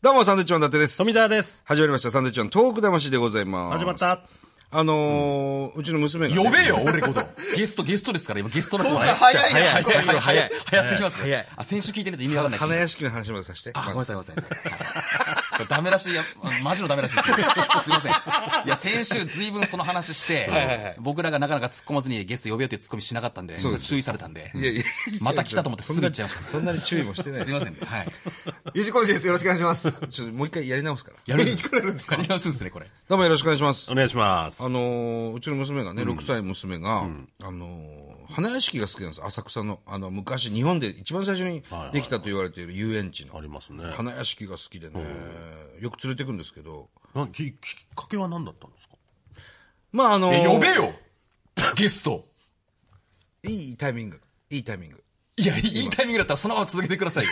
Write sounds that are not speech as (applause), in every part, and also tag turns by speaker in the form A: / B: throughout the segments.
A: どうも、サンドウィッチマン伊達です。
B: 富澤です。
A: 始まりました、サンドウィッチマントーク魂でございます。
B: 始まっ。た。
A: あのー、うちの娘が、ね。
C: 呼べよ、俺こと。ゲスト、ゲストですから、今、ゲストのコーナー。
D: 早いよ
C: 早い、早い、早い。早すぎますよ。
A: 早い
C: あ、先週聞いてると意味わかんない
A: 花
C: です。
A: 屋敷の話までさせて。
C: あ、ごめん
A: ま
C: な
A: ず
C: さい、ごめんなさいごめんなさい。はいダメ出し、いやマジのダメ出しですよ。すいません。いや、先週、ずいぶんその話して、僕らがなかなか突っ込まずにゲスト呼べよっていう突っ込みしなかったんで、
A: そうです
C: 注意されたんで。
A: いやいや、
C: また来たと思ってすぐ行っちゃいました
A: そんなに注意もしてないです
C: い
A: す。
C: ませんね。
A: (laughs)
C: はい。
D: ゆうじこじです。よろしくお願いします。
A: ちょっともう一回やり直すから。
C: やるんですかやり直すんですね、これ。
A: どうもよろしくお願いします
B: お。願いします
A: あ。のー、うちの娘がね、6歳娘が、あのー、花屋敷が好きなんです。浅草の、あの、昔日本で一番最初にできたと言われている遊園地の。
B: ありますね。
A: 花屋敷が好きでね、よく連れてくんですけど。
B: なんききっかけは何だったんですか
A: まあ、あのー
C: え、呼べよゲスト。
A: いいタイミング。いいタイミング。
C: いや、いいいいタイミングだったらそのまま続けてく
A: (laughs)
C: ださいよ。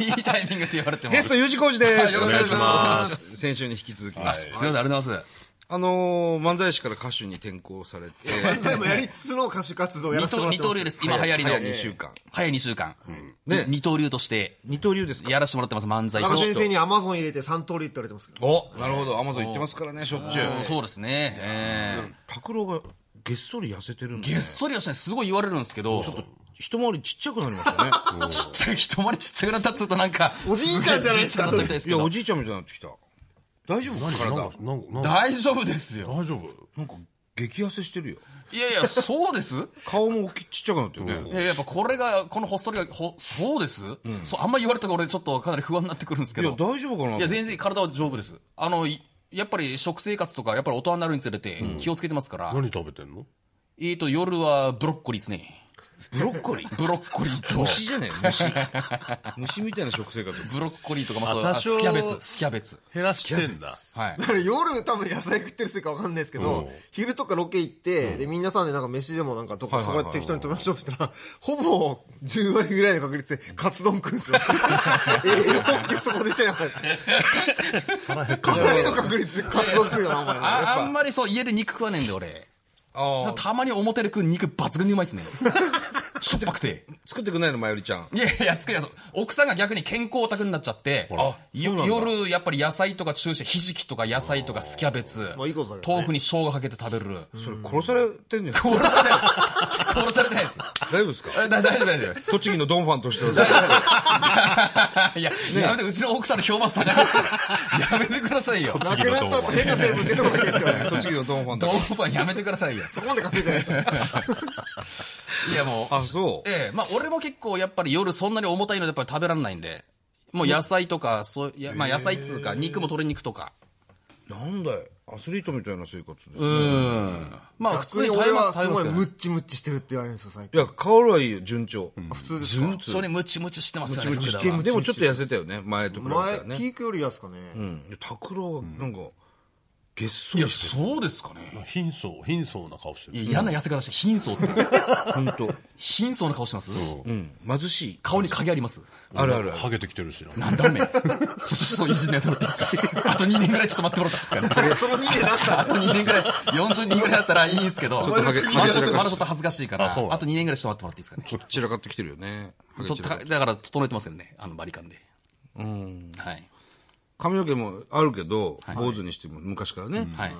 C: いいタイミングって言われても。
A: ゲスト、ゆうじこうじです。。
C: よろしくお願いします
A: 先週に引き続きま
C: はい
A: して。
C: すいません、ありがとうございます。
A: あのー、漫才師から歌手に転向されて、
D: 全部やりつつの歌手活動をや
C: 二
D: らせても
C: 刀
D: ら
C: 二刀流
D: ってます。
C: です。今流行りの。
A: 早2週間。
C: 早い2週間。
A: ね
C: ね。二刀流として、
A: 二刀流ですか
C: やらせてもらってます、漫才
D: 中
C: と
D: 野先
C: し
D: 生
C: て。
D: にアマゾン入れて3刀流って言われてますけど。
A: おなるほど。アマゾン行ってますからね、しょっちゅう。
C: そうですね。ええ
A: 拓郎がげっそり痩せてるんで。
C: げっそりはしない、すごい言われるんですけど、ちょっと、
A: 一回りちっちゃくなりまし
C: (laughs)
A: たね。
C: ちっちゃい、一回りちっちゃくなったっつうとなんか、
D: おじいちゃんじゃないですか
C: ご (laughs) ちっちゃくなったみたいで
A: い
C: すけ
A: や、
C: ど
A: おじいちゃんみたいになってきた。大丈夫
B: 何
A: 体。
B: なんか、なんか、
C: 大丈夫ですよ。
B: 大丈夫
A: なんか、激痩せしてるよ。
C: いやいや、そうです
A: 顔も大きちっちゃくなってるね。
C: いや、やっぱこれが、このほっそりが、ほ、そうです、そう、あんま言われたから俺ちょっとかなり不安になってくるんですけ
A: いや、
C: ど。
A: 大丈夫かない
C: や、全然体は丈夫です。あの、いやっぱり食生活とか、やっぱり大人になるにつれて気をつけてますから、
B: 何食べてんの
C: えっと、夜はブロッコリーですね。
A: ブロッコリー
C: ブロッコリーと、
A: (laughs) 虫じゃない
C: (laughs)
A: 虫。虫みたいな食生活。
C: ブロッコリーとか、まあ、そう
B: あ
C: あ
B: 多少
C: スキャベツ、スキャベツ。
B: 減らしてんだ。
C: はい。
D: だから夜多分野菜食ってるせいかわかんないですけ
B: うん
D: ど、昼とかロケ行って、で、みんなさんでなんか飯でもなんかどっかそこやって適当に食べましょうって言ったら、ほぼ10割ぐらいの確率でカツ丼食うん
C: (laughs)
D: ですよ。栄養補給そこでしてなかった。かなりの確率でカツ丼食うよな、お前。
C: ああんまりそう、家で肉食わねえんで、俺。
A: ああ。
C: たまに表で食う肉抜群にうまいっすね。 (laughs) しょっぱくて。
A: 作ってくんないの、まよりちゃん。
C: いやいや、作りやすい。奥さんが逆に健康オタクになっちゃって、
A: らそうなんだ
C: よ夜、やっぱり野菜とか中心、ひじきとか野菜とかスキャベツ、
D: まあいいことだけどね
C: 豆腐に生姜かけて食べる。
A: それ殺されてんじゃん。
C: (laughs) 殺されない。殺されてないです。
A: 大丈夫ですか
C: えだ (laughs) 大丈夫、大丈夫です。
A: 栃木のドンファンとしては。
C: (laughs) いや、やめて、うちの奥さんの評判下がりますから。やめてくださいよ。
D: なくなった後変な成分出てこないですから
A: (laughs)
D: ね。
A: 栃木のドンファンと
C: ド
A: し
C: ンファンやめてくださいよ。
D: そこまで稼いでないし。
C: (laughs) いや、もう
A: て。。あ、そう。
C: ええ、まあ俺も結構やっぱり夜そんなに重たいのでやっぱり食べられないんで、もう野菜とか、そう、いやまあ野菜っつうか、肉も鶏肉とか。
A: なんだよ。アスリートみたいな生活ですね。
C: うん。まあ普通
D: 普
C: に
D: 通に
C: 食べ
D: 俺
C: ます、
D: は
C: 食
D: す
C: べま
D: ご
C: す
D: い
C: けど
D: ム
C: ね。
D: ッチムッチしてるって言われるんですよ、最
A: い
D: 近。
A: や、顔はいいよ、順調。
D: 普通です
C: 本
D: か
C: 当にムチムチしてますよね、
D: ムチムチ
C: 福田
D: してる
C: は
D: ム
A: でもちょっと痩せたよね、前と比べた
D: 前
A: ら、
D: ピ
A: ね。
D: ークより安かね。
A: うん。いや拓郎は、なんか、げっそ
C: いや、
A: りして
C: そうですかね。
B: 貧相、貧相な顔して
C: い
B: る。
C: や、嫌な痩せ方して、貧相って。
D: (laughs)
A: る。ほんと。
C: 貧相な顔してます
A: うん。貧しい。
C: 顔に影あります。
A: あるあるある。
B: ハゲてきてるしな。
C: なんだおめえ。そ、そ、そ、いじんのやってもらっていいですかあと2年ぐらいちょっと待ってもらっていいですか、ね、
D: その2年だった
C: あと2年ぐらい、42ぐらいだったらいいんですけど、
A: ょっとハゲ
C: まだちょっ
A: ハゲ散らかし
C: と
A: て
C: まだちょっと恥ずかしいから、
B: あそう
C: あと2年ぐらいちょっと待ってもらっていいですかね。
A: こっちらかってきてるよね。ハゲ
C: と
A: 散らか
C: た
A: って
C: だから整えてますよね、あのバリカンで。
A: うん。
C: はい。
A: 髪の毛もあるけど、坊主にしても昔からね。
C: はい。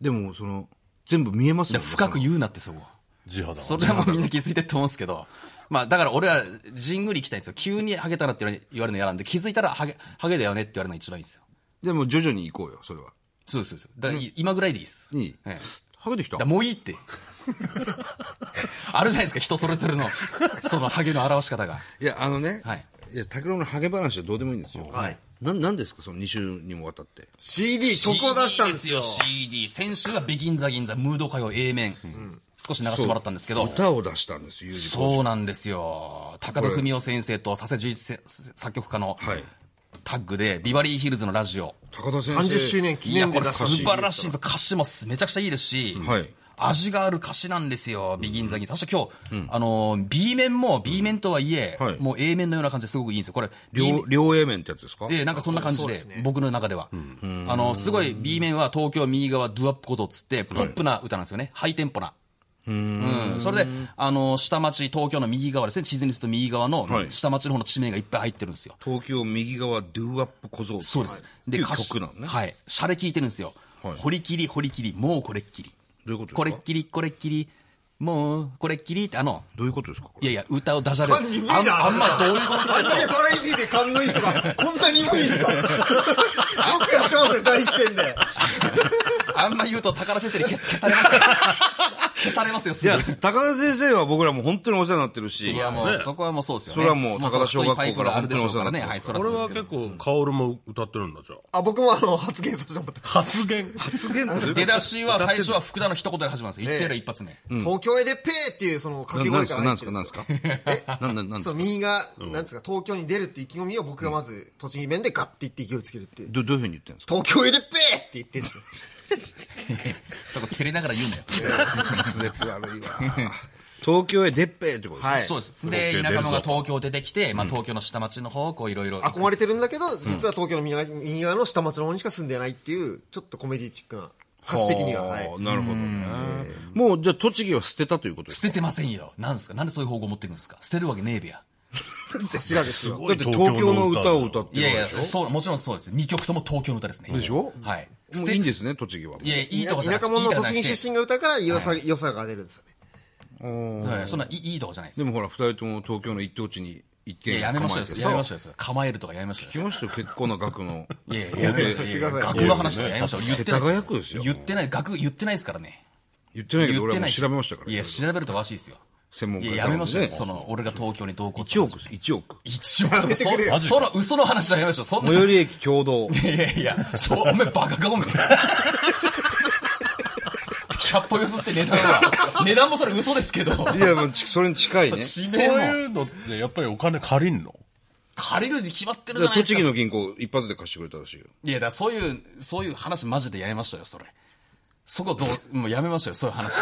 A: でも、その、全部見えます
C: で
A: よ
C: 深く言うなってそこ。
B: 地肌
C: それはもうみんな気づいてると思うんですけど。まあだから俺はじんぐり行きたいんですよ。急にハゲたなって言われるの嫌なんで、気づいたらハゲ、ハゲだよねって言われるのが一番いいんですよ。
A: でも徐々に行こうよ、それは。
C: そうです、そうです。だからい今ぐらいでいいです。
A: いい
C: ええ
A: ハゲてきた
C: だからもういいって。 (laughs) あるじゃないですか、人それぞれの、そのハゲの表し方が。
A: いや、あのね、
C: はい
A: いや、拓郎のハゲ話はどうでもいいんですよ。はい。な、なんですか、その2週にもわたって。
D: CD 曲を出したんですよ。
C: CD。先週はビギンザギンザ、ムード歌謡 A 面。少し流してもらったんですけど。
A: 歌を出したんです、ゆうじこ
C: そうなんですよ。高田文夫先生と佐世十一せ作曲家の
A: はい
C: タッグで、ビバリーヒルズのラジオ。
A: 高田先生。
D: 30周年記
C: いや、
D: 念
C: こ
D: で
C: れ
D: 出した
C: 素晴らしいん
D: い。
C: ですよ歌詞もめちゃくちゃいいですし、
A: はい
C: 味がある歌詞なんですよ、ビギンザギン。そして今日、あのー、B 面も B 面とはいえ、
A: はい
C: もう A 面のような感じですごくいいんですよ。これ、B
A: 両、両 A 面ってやつですか
C: ええなんかそんな感じ
D: そう
C: で、
D: ですね
C: 僕の中では。あの、すごい B 面は東京右側ドゥアップことっつって、ポップな歌なんですよね。ハイテンポな。うんそれで、あの、下町、東京の右側ですね、地図にすると右側の
A: は、い
C: 下町の方の地名がいっぱい入ってるんですよ。
A: 東京右側、ドゥーアップ小僧。
C: そうです。
A: で、
C: 歌詞
A: 曲なのね。
C: はい。シャレ聞いてるんですよ。
A: はい
C: 掘り切り、掘り切り、もうこれっきり。
A: どういうことですか
C: これっきり、これっきり、もうこれっきりって、あの、
A: どういうことですかこ
C: いやいや、歌をダジャレ。
D: 勘鈍いな。あんまどういうことあんだけバラエティで勘のいい人が、こんな鈍いんす
A: (laughs)
D: かよくやってますね、第一線で。
C: (laughs) あんま言うと、高田先生に消す消されま
A: (laughs)
C: すから消されますよ、す
A: い
C: ぐ
A: や。、高田先生は僕らも本当にお世話になってるし、
C: いや、もう、そこはもうそうですよ
A: そ
C: ね。
A: れはもう高田小学校から
C: もうソフトいっぱいいくらあるでしょうからね。はい、そ
A: 本
C: れは
B: これ
C: そうで
B: は
C: すけ
B: 結
C: ど。
B: 構、薫も歌ってるんだ、じゃあ。
D: あ、僕もあの、発言させてもらった。
B: 発言。
A: 発言ってどういうこと
C: 出だしは最初は福田の一言で始まるんですよ。一定の一発目。
D: 東京へでペーっていうその掛け
A: な
D: 声
A: んすか
D: か
A: らなん
D: 入っ
A: す
D: て
A: か
D: る
A: なんん
D: ですす
A: か
D: よ。
A: なんなんなんです
D: そう、
A: か
D: 右が、なんですか、東京に出るって意気込みを僕がまず、栃木弁でガッて言って勢いつけるっていう。
A: どどういうふうに言ってるんですか
D: 東京へでペーって言ってるんですよ。
C: そこ照れながら言うなよ。
A: 滑舌悪いわ。東京へ出っぺーってことですね
D: はい。
C: そうです。で、田舎のが東京出てきて、まあ東京の下町の方をこういろいろ。
D: 憧れてるんだけど、実は東京の右側右側の下町の方にしか住んでないっていう、ちょっとコメディチックな、歌詞的には。はい
A: あーなるほどね。もう、じゃあ、栃木は捨てたということです
C: 捨ててませんよ。なんですかなんでそういう方向持ってくんですか捨てるわけねえべや。
D: 柱ですよ。
A: だって東京の歌を歌って
C: い
A: る
C: や
A: わ
C: い
A: け
C: や、
A: でしょ
C: そう、もちろんそうです。2曲とも東京の歌ですね。
A: でしょ
C: はい。
A: もういいんですね、栃木は。
C: いやいや、いいとこじゃな
D: 田
C: くて
D: 舎者の栃木
C: いいとこじゃなくて
D: 出身が歌うから良さ、良さが出るんですよね。
C: はいそんないいいいとこじゃないです
A: で。もほら、二人とも東京の一等地に一
C: い
A: 軒
C: や、やめましょう
A: 構え
C: よ。
A: て
C: やめ
A: さ
C: ましょうよ。構えるとかやめましょう
A: 来ましたよ、結構な額
C: (laughs)
A: の。
C: よ。いやいや、やめましょう。いやいや額の話とかやめましょう。言っ
A: 世
C: てな
A: 田
C: い。
A: 谷区ですよ。
C: 言ってない、額言ってないですからね。
A: 言ってないけど、
C: 言
A: 俺
C: っ
A: はも
C: てな
A: う
C: い。
A: 調べましたから。
C: いや、調べるとおかしいですよ。
A: 専門
C: い
A: 家
C: や、やめましょうよ。その、俺が東京に同行
A: 1億です、1億。
C: 1億とか、
D: やめてくれよ
C: そその嘘の話はやめましょう。そんな
A: 最。寄り駅共
C: (laughs)
A: 同。
C: いやいや、そう、お前バカか、お前。100歩譲って値段は。値段もそれ嘘ですけど。
A: いや、もうち、それに近いね。
C: 地
B: そう
C: 名も
B: いうのって、やっぱりお金借りんの
C: 借りるに決まってる
A: だ
C: じゃ
A: か
C: な
A: ら
C: いで
A: 栃
C: すか
A: 木。の銀行一発で貸してくれたらしいよ。
C: いや、だからそういう、そういう話マジでやめましょうよ、それ。そこどう、もうやめましょうよ、そういう話。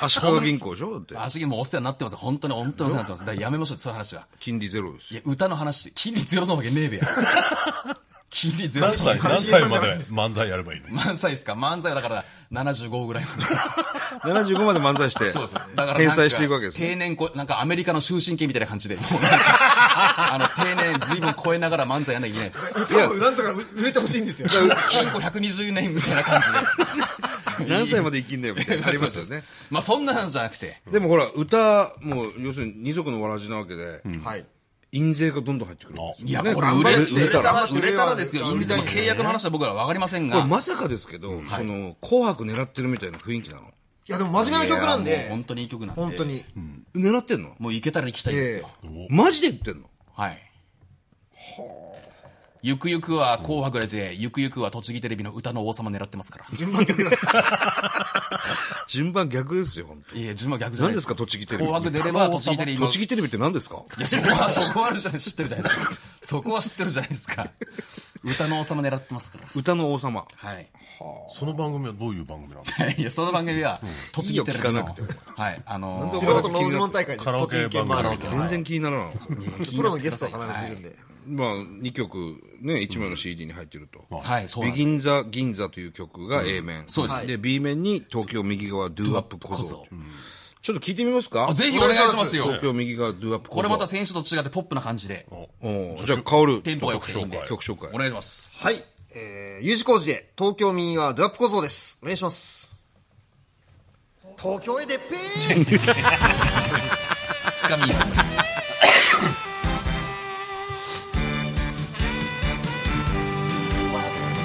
A: 足利銀行でしょだって。
C: 足毛もお世話になってます。本当に、本当にお世話になってます。だからやめましょうよ、そういう話は。
A: 金利ゼロです
C: い (laughs)
A: よ。
C: や、歌の話、金利ゼロなわけねえべや。
A: (laughs)
C: 金利ゼロな
B: 何
C: わけねえ
B: 歳、何歳まで漫才やればいいの
C: 漫才ですか漫才はだから75ぐら
A: (laughs)
C: いまで。
A: 75まで漫才して、
C: そうそう。だから。
A: 転載していくわけですね
C: 定年こ、なんかアメリカの終身刑みたいな感じ
A: (laughs)
C: で。もうなんかあの、定年ずいぶん超えながら漫才やんなきゃいけないです。
D: 歌をなんとか売れてほしいんですよ。
C: 金庫120年みたいな感じで。
A: 何歳まで生きんだよみたいな。ありますよね。
C: まあ (laughs) そんなのじゃなくて。
A: でもほら、歌、もう、要するに二足のわらじなわけで、
D: はい。
A: 印税がどんどん入ってくるんですよ。
C: いや、
A: ね
C: これ売れ、
A: 売
C: 売
A: れ
C: れ
A: た
C: た
A: ら。
C: ら、売れたらですよ。
D: 売れたら
C: 契約の話は僕らはわかりません
A: これ
C: が。
A: まさかですけど、その、紅白狙ってるみたいな雰囲気なの。
D: いや、でも真面目な曲なん
C: いやもう
D: で、
C: 本当にいい曲なんで。
D: 本当。に。
A: 狙ってんの
C: もういけたら行きたいんですよ。
A: マジで言ってんの
C: はい。ゆくゆくは紅白出て、ゆくゆくは栃木テレビの歌の王様狙ってますから。
D: 順番曲だ。
A: 順番逆ですよ、本当
C: いや、順番逆じゃな
A: 何
C: い
A: ですか、栃木テレビ。
C: 紅白出れば栃木テレビの
A: 栃木テレビって何ですか
C: いや、そこは、そこはあるじゃない、知ってるじゃないですか。 (laughs) そこは知ってるじゃないですか。歌の王様狙ってますから。
A: 歌の王様。
C: はい。
B: その番組はどういう番組なの
C: いや、その番組は、栃木テレビ
A: いいよ
C: の
A: 聞か、
C: はい、あの
D: 素
C: ー、
D: 人の質問大会です。
B: カラオ
D: 栃
B: ケ
D: 木県
B: 番
D: も
B: 組
D: ある
C: カラオケ
A: 全然気にならない。
D: プロのゲストは必ずいるんで。
A: まあ、2曲、ね、1枚の CD に入ってると。
C: はい、そうな
A: ビ
C: んです
A: ギン・ザ・銀座という曲が A 面。
C: そうです
A: で、B 面に東京右側ドゥーアップ小僧。ちょっと聞いてみますか
C: あぜひお願いしますよ
A: 東。京右側ドゥーアップ小僧。
C: これまた先週と違ってポップな感じで、
A: おうじゃあ、薫。
C: テンポが良くていいんで
A: 曲紹介
C: お。願いします。
D: はい。えー、U 字工事で、東京民はドアップ構造です。お願いします。東京へでっぺー
C: つかみいいぞ。ちゃんとす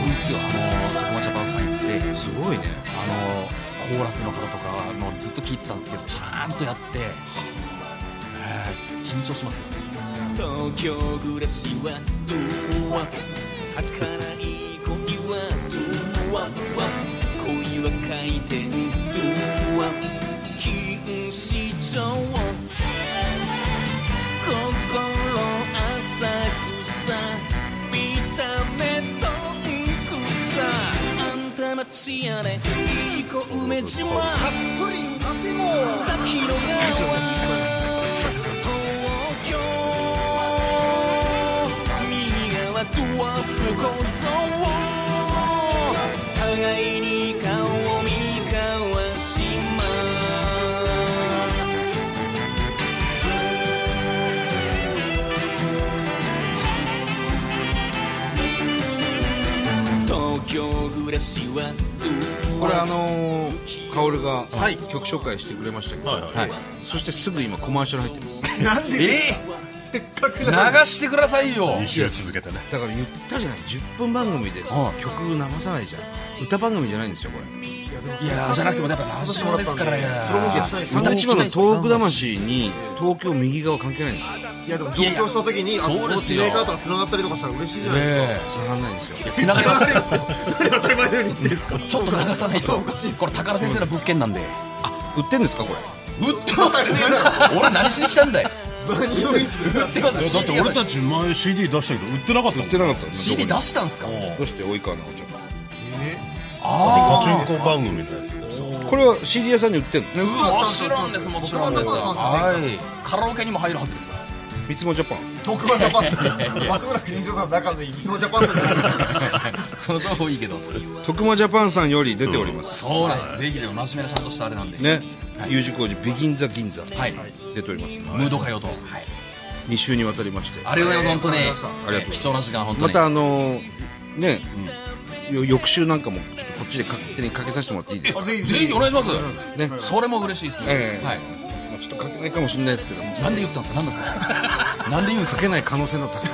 C: ごいんすよ、あのー、コマジャパンさん行って。
A: すごいね。
C: あのコーラスの方とかあのずっと聞いてたんですけどちゃんとやって、えー緊張しますけどね
E: 東京暮らしはどうは儚い恋はどうは恋は回転どうは錦糸町心浅くさ見た目どんくさあんた町やれいい子梅島
D: たっぷり汗も
E: 広がる東京右側ドアップ構造互いに顔を見か今日暮らしはどう
A: これあのー、カオルが
D: い
A: 曲紹介してくれましたけど、
B: はい
D: は
A: そしてすぐ今コマーシャル入ってます
D: い。なんでですかせっかく
C: 流
D: なのに
C: してくださいよ
B: 2週続けてね
A: だから言ったじゃない10分番組でさ、
C: はい
A: 曲流さないじゃん歌番組じゃないんですよこれ
D: いやでも
C: いやーじゃなくてもやっぱラジオですから
D: プ
C: や
D: ロモーションしないです
A: 三口島の東北魂に東京右側関係ないんですよ
D: いやでも上京した時にあ
C: そう
D: の
C: ですよ
D: メーカーとか繋がったりとかしたら嬉しいじゃないですか、
C: え
A: 繋がんないんですよ
C: えつながりま
D: 流
C: す
D: せますよ何当たり前のように言ってるんですか
C: ちょっと流さないと
D: おかしいです
C: これ宝先生の物件なんで
A: 売ってんですかこれ
C: 売ってますよ
D: 売ってます
C: 俺何しに来たんだよ
D: 何を言ってるん
C: 売ってく
B: だ
C: ださい
B: って
C: CD
B: 俺たち前 CD 出したけど売ってなかったも
A: 売
B: ん
A: ってなかったの
C: CD
A: ど
C: 出
A: こ
C: したんすか
A: にどうして及川直ちゃ
C: あ
B: パチンコ番組みたいなやつ
A: んこれは CD 屋さんに売ってんの
C: あもちろんですもちろんです
D: 僕もそうなん
C: はいカラオケにも入るはずです
A: 三つもジャパン
D: 特番ジャパンですよ松村邦洋さんの中のいつもジャパンさんじゃないですか
C: (laughs) その情報いいけど
A: 徳間ジャパンさんより出ております、
C: そうなんですぜひでも真面目なちゃんとしたあれなんで
A: ね U 字工事ビギンザ銀座
C: はい
A: 出ております、
C: ムード歌謡とはい
A: 2週にわたりまして
C: ありがとうございます本当
D: あり
C: に
D: がとう
A: ございました
C: ね貴重な時間本当
A: ま
C: に
A: たあのーね、よ翌週なんかもちょっとこっちで勝手にかけさせてもらっていいですか
D: あぜひ
C: ぜひお願いします
A: ね
C: それも嬉しいです
A: ええ
C: はい
A: まあちょっとかけないかもしれないですけども
C: なんで言ったんすかなんです (laughs) かなんで言うんす
A: か
C: か
A: けない可能性の (laughs) 高い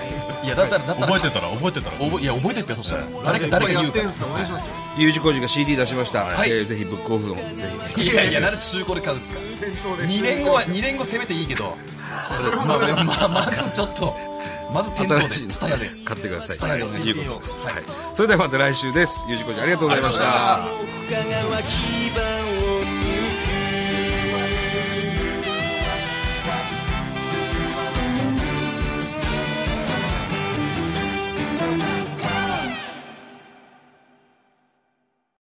C: いやだったらだったら
B: 覚えてたら覚えてたら
C: 覚えいや覚えてってよそしたら誰か
D: 誰か
C: 誰か
D: 誰か
C: 言う
D: や
C: か
D: って
C: ら
D: るんですかお願いしますよ
A: U 字工事が CD 出しました、
C: はい
A: えーぜひブックオフの方もぜ
C: (laughs)
A: ひ
C: いやいやなんで中古で買うんですか
D: 店頭で
C: 2年後は2年後せめていいけど
D: それも
C: ま
D: ダメ
C: あ
D: だ
C: まあまずちょっとまず店頭で
A: 新しいの
C: ツタヤで
A: 買ってください
C: ツタヤでお願いし
A: ということです、
C: ますはい
A: それではまた来週です U 字工事ありがとうございました
E: 香川牙